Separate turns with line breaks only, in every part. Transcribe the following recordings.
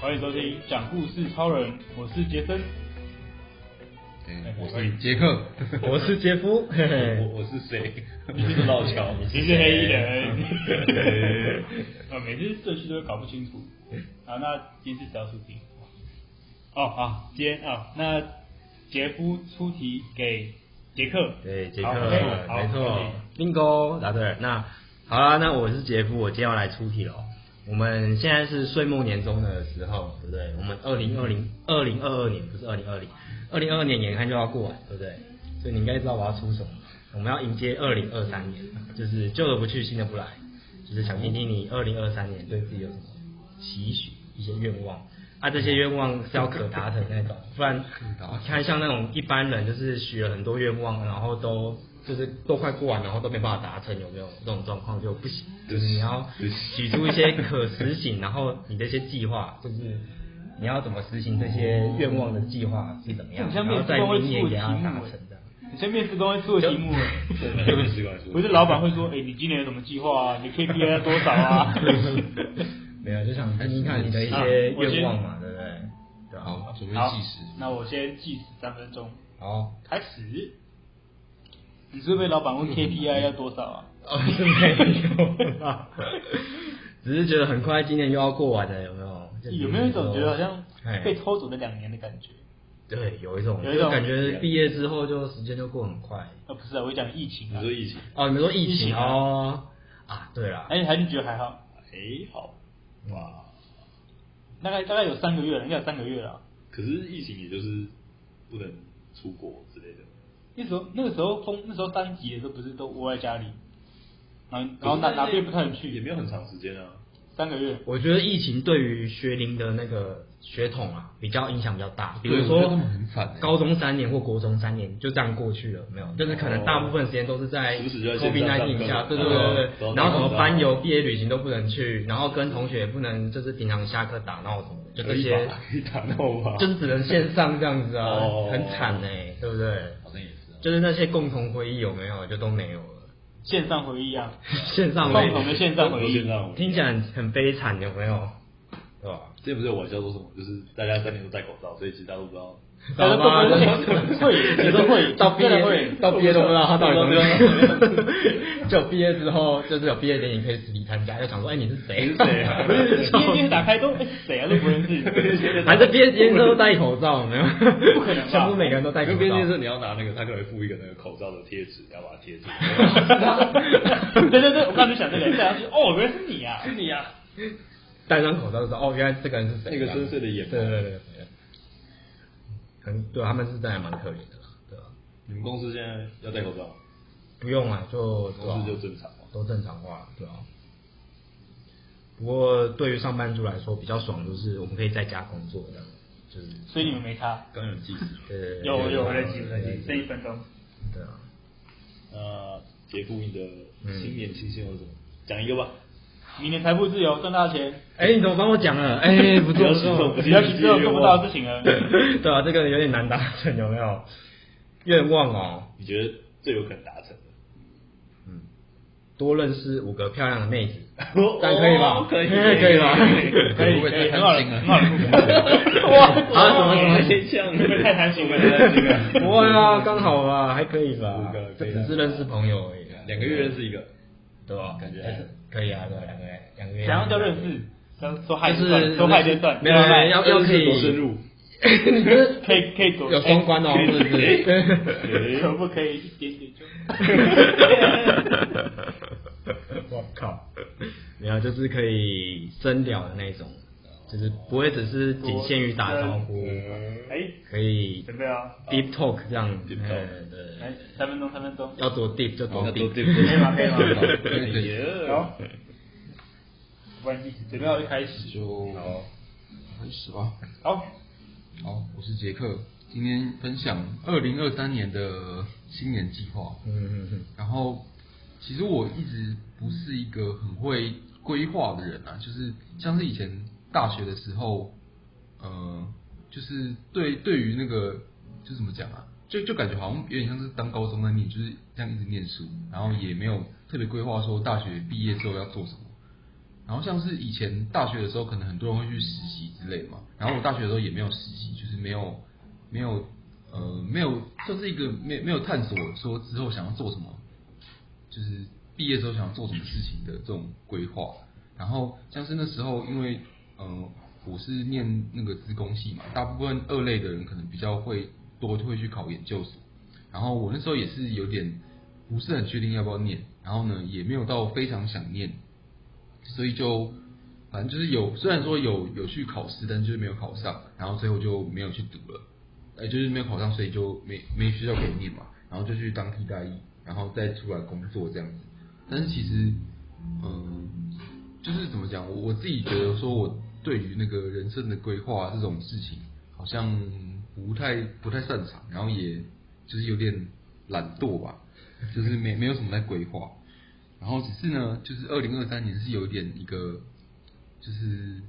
欢迎收听讲故事超人，我是杰森。
哎我是杰克，
我是杰夫，嘿
我
嘿，
我是谁？你是老乔，你
你是黑衣人，啊，每次顺序都会搞不清楚。
嗯
好，那今天是小数题。哦，好，今天啊、那杰夫出题给杰克。
对，杰
好
克，
，OK，好
没错
可以
，bingo，答对了。那好啦，那我是杰夫，我今天要来出题喽。我们现在是岁末年终的时候，对不对？我们二零二零二零二二年不是二零二零，二零二二年眼看就要过完，对不对？所以你应该知道我要出什么。我们要迎接二零二三年，就是旧的不去，新的不来，就是想听听你二零二三年对自己有什么期许、一些愿望。啊，这些愿望是要可达成那种，不然你看像那种一般人，就是许了很多愿望，然后都就是都快过完，然后都没办法达成，有没有这种状况就不行？就是你要举出一些可实行，然后你的一些计划，就是你要怎么实行这些愿望的计划是怎么样，
你像
然后
面试
在
官会
明年
出的
给
题
它达
目
成
欸
的。，
你像面试官会出的题目欸，
对面试官出的
不是老板会说，哎，你今年有什么计划啊？你 KPI 多少 啊？
没有，就想
哎
听听看你的一些愿望嘛，对不对？对啊
好，准备
好
计时。
那我先计时三分钟，
好，
开始。你是被老板问
嗯
KPI 要多少啊？
哦，是没有 啦，只是觉得很快今年又要过完了，有没有？
嗯
就
有没有一种觉得好像
哎
被偷走了两年的感觉？
对，有一种，
有一种
就感觉毕业之后就时间就过很快。
啊，不是啊，我讲疫情
你
啊
说，疫情？
哦，你们说
疫
疫
情
情
啊
哦？啊，对啦，
哎，还是觉得还好，
哎，好哇，
大概大概有三个月了，应该有三个月了。
可是疫情也就是不能出国之类的，
那时候那个时候封那时候三级的时候不是都窝在家里，然后然后哪哪边不太能
也
去，
没有很长时间啊。
三个月。
我觉得疫情对于学龄的那个血统啊，比较影响比较大。比
对
如
我觉得
说
他们很惨欸
高中三年或国中三年就这样过去了，没有，就是可能大部分时间都是在
时不时就在线
COVID
上上
n
课
下，对
然
对对
后
对
然后
对。然后什么
然后
班游、毕业旅行都不能去，然后跟同学也不能就是平常下课打闹什么的，就
可
这
以
些，
吧可以打闹吧？
就是只能线上这样子啊
哦，
很惨哎、对不对？
好像也是啊。
就是那些共同回忆有没有，就都没 有了。
线上回忆啊，
线上
共同的
回
线上回忆
线，上回忆
听起来很很悲惨，有没有？对吧？
之前不是有玩笑说什么，就是大家三天都戴口罩，所以其实大家都不知道。
大家都不知道 会，有的会，
到毕
真的
业
会，
到毕业都不知道他到底怎么
对
样。 就毕业之后，就是有毕业典礼可以实地参加，就想说，哎，你是谁？
你是谁 啊
不是
今天打开都哎谁啊都不认 识，
还是毕业典礼都戴口罩，有没有？不
可能吧
全部每个人都戴口
因
罩。
为边界是你要拿那个，他可能附一个那个口罩的贴纸，你要把它 贴住。
对对对，我刚才就想这个，然后就哦原来是你啊，是你啊，
戴上口罩的时候，哦，原来这个人是谁？
那个深邃的眼
对对对对对，很对，他们是真的还蛮可怜的啦，对吧？
你们公司现在要戴口罩吗？
不用啊，就对吧
公司就正常嘛
都正常化，对吧？不过对于上班族来说比较爽，就是我们可以在家工作，这样就是
所以你们没差，
刚有计时吗？
对对对
有有我
对
在记我在记，剩一分钟，
对啊。
那杰夫，你的
嗯
新年期限有什么？讲一个吧。
明年财富自由赚大钱，
哎，你怎么帮我讲了？哎，不
不要
错
激动
错
不
不
是，
要去做做不到的事情了。
对啊，这个有点难达成，有没有？愿望哦，
你觉得最有可能达成 的？
嗯，多认识五个漂亮的妹子，
哦
这样可以吧？
可以
应该 可以吧？
可以
会不会
可以
太
很好
贪心
很
了？
好哇，
啊，什么什么？
天降，
太贪心了
不 会啊，刚好吧，还可以吧
五个，
这
可以啊
只是认识朋友而已啊，
两个月认识一个，
对吧？
感觉
还是可以啊，对吧，两个月，两个月。
怎样叫认识？要说害
就
就是算，说害就算，
没有没有要要可
多
以
深入，
你这是
可以可哎以走
有双关哦，是 不是？哎
可不可以一点点就？
我靠，没有，就是可以深聊的那种，就是不会只是仅限于打招呼，
哎，
可以
准备啊！
deep talk 这样，哎对
Deep talk
对，
来三分钟，三分钟，
哦要多 deep 就多
要多
deep，
deep
可以吗？可以 吗？
哎呀
好，不然你准备好就开始。
就开始吧。
好，
好，我是杰克，今天分享二零二三年的新年计划。
嗯嗯嗯，
然后，其实我一直不是一个很会规划的人啊，就是像是以前大学的时候，呃，就是对对于那个就怎么讲啊，就就感觉好像有点像是当高中在念，就是这样一直念书，然后也没有特别规划说大学毕业之后要做什么。然后像是以前大学的时候，可能很多人会去实习之类嘛。然后我大学的时候也没有实习，就是没有没有呃没有，算是一个没没有探索说之后想要做什么，就是毕业之后想要做什么事情的这种规划。然后像是那时候，因为呃我是念那个资工系嘛，大部分二类的人可能比较会多会去考研究所。然后我那时候也是有点不是很确定要不要念，然后呢也没有到非常想念，所以就反正就是有，虽然说有有去考试，但就是没有考上，然后最后就没有去读了，呃，就是没有考上，所以就没没学校可以念嘛，然后就去当替代役，然后再出来工作这样子。但是其实，嗯、就是怎么讲，我我自己觉得说，我对于那个人生的规划这种事情，好像不太不太擅长，然后也就是有点懒惰吧，就是没没有什么在规划。然后只是呢，就是二零二三年是有点一个，就是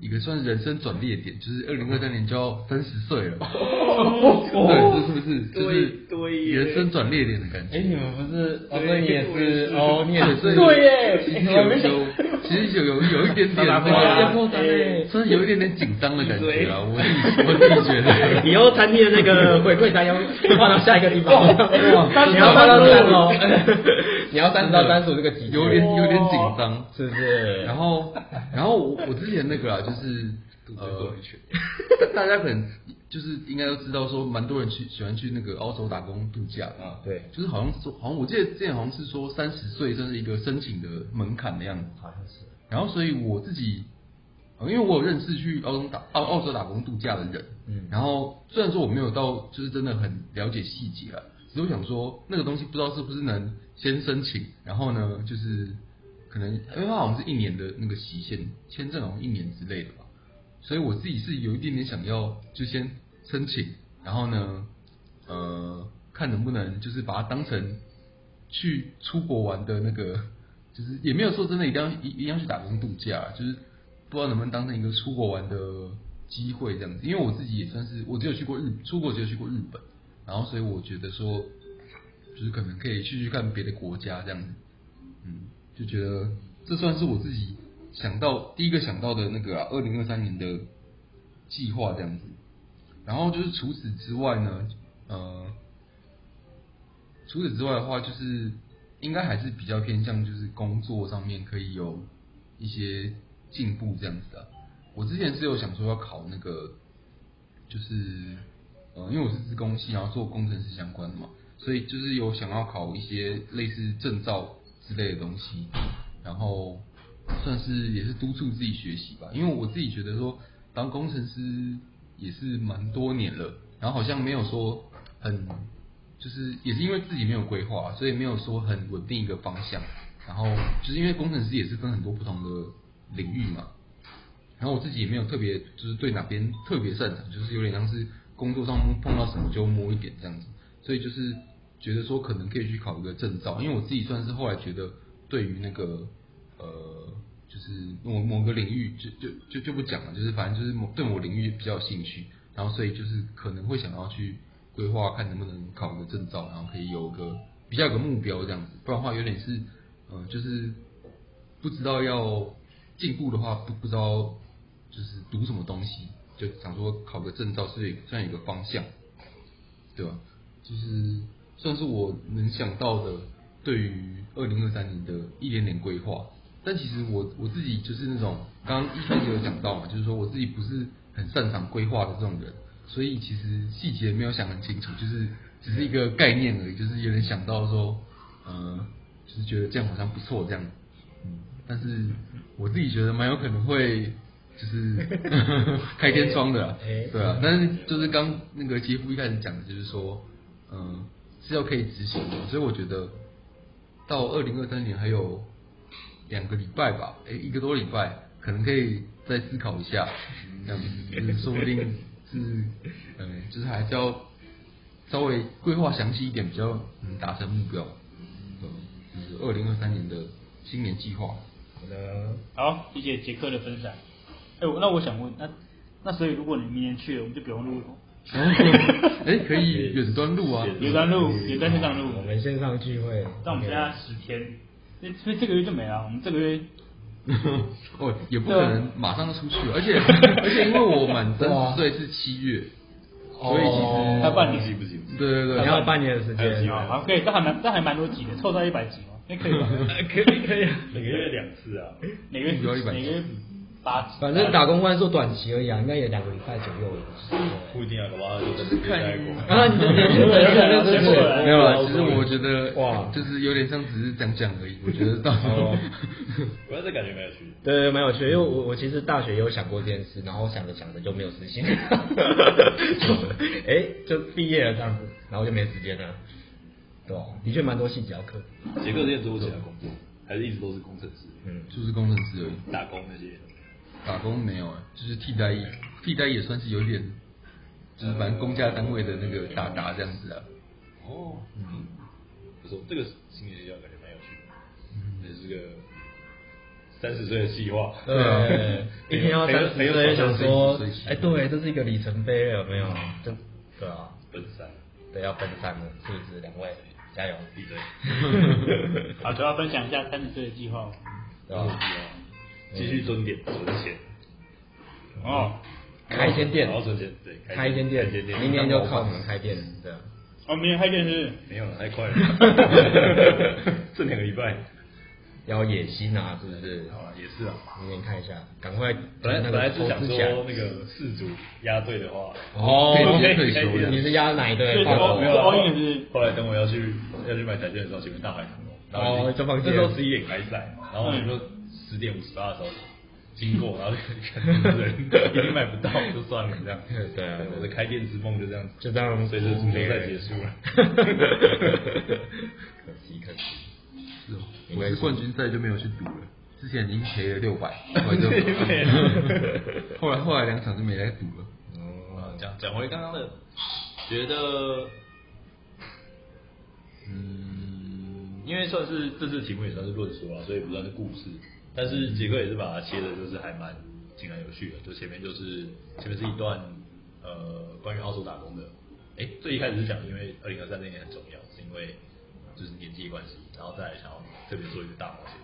一个算是人生转捩点，就是二零二三年就要三十岁 了，对，这是不是就是
哦对对耶
人生转捩点的感觉？
哎，你们不是，哦，
对
所以你也
我也
是
是，
哦，你也
所以
是，
其
耶
实
我
有
没想
有，其实有有有 一点点
到达目标
哇
破三嘞
算是有一点点紧张的感觉啊，我自 己我自己觉得。
以后餐厅的那个回馈单要换到下一个地方，
哇
你要换到三楼
真的，
哦 你要三十到三十五这个哦级别，
有点有点紧张，
是不是？
然 后，然后我我之前那个啊，就是呃，大大家可能就是应该都知道，说蛮多人去喜欢去那个澳洲打工度假
啊对
就是好像说，好像我记得之前好像是说三十岁算是一个申请的门槛的样子，
好像是，
然后所以我自己，呃因为我有认识去澳洲打澳澳洲打工度假的人，
嗯
然后虽然说我没有到就是真的很了解细节啊，只是我想说那个东西不知道是不是能先申请，然后呢就是可能因为它好像是一年的那个期限，签证好像一年之类的吧，所以我自己是有一点点想要就先申请，然后呢呃看能不能就是把它当成去出国玩的那个， 就是也没有说真的一定要一一定要去打工度假，就是不知道能不能当成一个出国玩的机会这样子。因为我自己也算是我只有去过日出国，只有去过日本，然后所以我觉得说，就是可能可以去去看别的国家这样子，嗯，就觉得这算是我自己想到第一个想到的那个啊二零二三年的计划这样子。然后就是除此之外呢，呃，除此之外的话，就是应该还是比较偏向就是工作上面可以有一些进步这样子的。我之前是有想说要考那个，就是呃，因为我是资工系，然后做工程师相关的嘛，所以就是有想要考一些类似证照之类的东西，然后算是也是督促自己学习吧，因为我自己觉得说当工程师也是蛮多年了，然后好像没有说很，就是也是因为自己没有规划，所以没有说很稳定一个方向，然后就是因为工程师也是分很多不同的领域嘛，然后我自己也没有特别，就是对哪边特别擅长，就是有点像是工作上碰到什么就摸一点这样子，所以就是觉得说可能可以去考一个证照，因为我自己算是后来觉得对于那个呃，就是某某个领域就就就就不讲了，就是反正就是某对某领域比较有兴趣，然后所以就是可能会想要去规划看能不能考个证照，然后可以有个比较有个目标这样子，不然的话有点是呃就是不知道要进步的话，不不知道就是读什么东西，就想说考个证照是算有个方向，对吧？就是算是我能想到的对于二零二三年的一点点规划。但其实我我自己就是那种刚刚一开始有讲到嘛，就是说我自己不是很擅长规划的这种人，所以其实细节没有想很清楚，就是只是一个概念而已，就是有点想到说，呃，就是觉得这样好像不错这样子。嗯，但是我自己觉得蛮有可能会就是 开天窗的啦
哎，
对啊。但是就是刚那个杰夫一开始讲的就是说，嗯、是要可以执行的，所以我觉得到二零二三年还有两个礼拜吧，哎、一个多礼拜，可能可以再思考一下，这样子，就是说不定是， 嗯、就是还是要稍微规划详细一点，比较能达成目标。嗯，就是二零二三年的新年计 划。
好的，
好，谢谢杰克的分享。哎、我那我想问，那那所以如果你明年去了，我们就不用录
哎，可以 远端录啊，
有在录，有在线上录
嗯我。们线上聚会，
但我们现在十天，嗯那所以这个月就没了。我们这个月
哦，也不可能马上出去，啊而 且而且因为我满三十岁是七月，所以
哦
还有半
不
年
行不行不行，
对对对，
你要半年的时
还有
间
机，会
啊，好，可以，这还蛮这还蛮多集的，凑到一百集嘛，那可以吧？
呃可以可以啊。
每个月两次啊，
每个月
有一百集
每个月八集，
反正打工换做短期而已啊，应该也两个礼拜左右而已。
不一定啊，搞不好就等别待过。
啊，你这 年对对对对，
没有啦，其实我觉得
哇
就是有点像只是讲讲 而已。我觉得到时候
哦，
不要这感觉蛮有趣的。
对对，蛮有趣的，因为我我其实大学也有想过这件事，然后想着想着就没有实现，就哎就毕业了这样子，然后就没时间了，对吧、的确蛮多细节要克服，
杰克之前做过其他工作，还是一直都是工程师，
嗯，
就是工程师而已，
打工那些。
打工没有哎、就是替代役，替代役也算是有点，就是反正公家单位的那个打杂这样子啊。
哦，嗯，不错，这个新年计划感觉蛮有趣的，这是个三十岁的计划。
嗯对，啊 一天要三十岁，想说，哎，对，这是一个里程碑了，有没有？这对啊，
奔三，
对，要奔三了，是不是？两位加油，
闭嘴。
好，主要分享一下三十岁的计划。哦
对啊嗯吧？
继续蹲点存钱，
哦，
开一间店
然，后存钱，对，
开一间店，明年就靠你们开店，啊这样。
我明天开店是
没有了，太 快了，这两个礼拜。
要有野心啊，是不是？
好了，也是啊。
明年看一下，赶快
本来
那
本
个
来是
投
想
资
说
起来
那个四组压队的话，
哦，
可以直
可
接
以
退休
可以啊
的
你是压哪一
所
队？
以
法
说
国
我
没有啊
我应该是
后来等我要去要去买彩券的时候，前面大海空空，然后
哦就放弃
那
了嗯
时候十一点开赛，然后我们就十点五十八的时候经 过，然后就看到人已经买不到，就算了这样。
对对啊
我的开店之梦就这样，
就这样
随着足球赛 结束了。
可惜可惜，
是哦，我是冠军赛就没有去赌了，之前已经赔了六 百，后来
对
就
啊
后来后来两场就没来赌了。
哦
啊讲讲回刚刚的，觉得，嗯，因为算是这次题目也算是论述啊，所以不算是故事，但是杰克也是把它切的，就是还蛮井然有序的。就前面就是前面是一段呃关于澳洲打工的，哎、最一开始是讲因为二零二三那年很重要，是因为就是年纪的关系，然后再来想要特别做一个大冒险，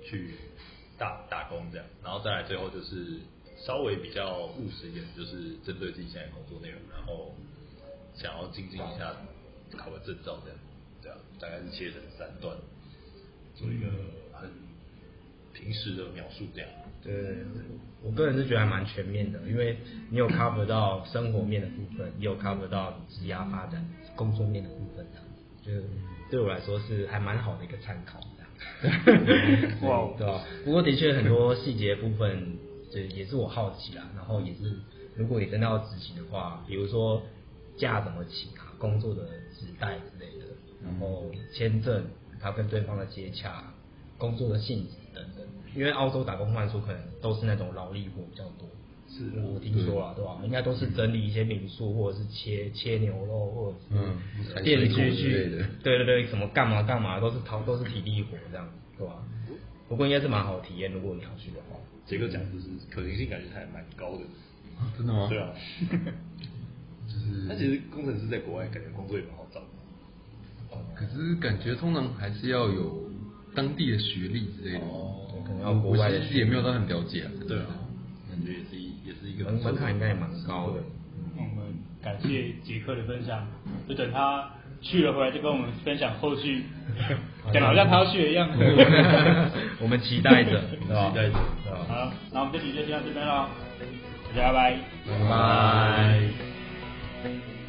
就是去打打工这样，然后再来最后就是稍微比较务实一点，就是针对自己现在的工作内容，然后想要精进一下考个证照这样，对啊，大概是切成三段，做一个很平时的描述这样。
对，我个人是觉得还蛮全面的，因为你有 cover 到生活面的部分，也有 cover 到职业发展、工作面的部分，这样就是对我来说是还蛮好的一个参考，这样。
哇哦
对啊，不过的确很多细节部分，这也是我好奇啦。然后也是，如果你真的要执行的话，比如说假怎么请啊，工作的指代之类的，然后签证，他跟对方的接洽，工作的性质等等。因为澳洲打工换宿可能都是那种劳力活比较多，是我听说啊，对吧、应该都是整理一些民宿，或者是切切牛肉，或者
嗯
是
采
电
水果
锯
之
去
类的，
对对对，什么干嘛干嘛都是掏都是体力活这样，对吧、不过应该是蛮好的体验，如果你要去的话。
杰克讲就是可行性感觉还蛮高的，
啊真的吗？
对 啊。
就是
那其实工程师在国外感觉工作也蛮好找的，
可是感觉通常还是要有当地的学历之类的。
对哦可能要
我
国
我
外
其
的
实也没有到很了解啊。真的
对啊，感觉也是一也是一个
门门槛应该也蛮高的。
那我们感谢杰克的分享，就等他去了回来再跟我们分享后 续，讲得好像他要去的一样。
我们期待着，对吧
期待着
对吧
好，那我们这集就先到这边喽，大家拜拜。
拜拜。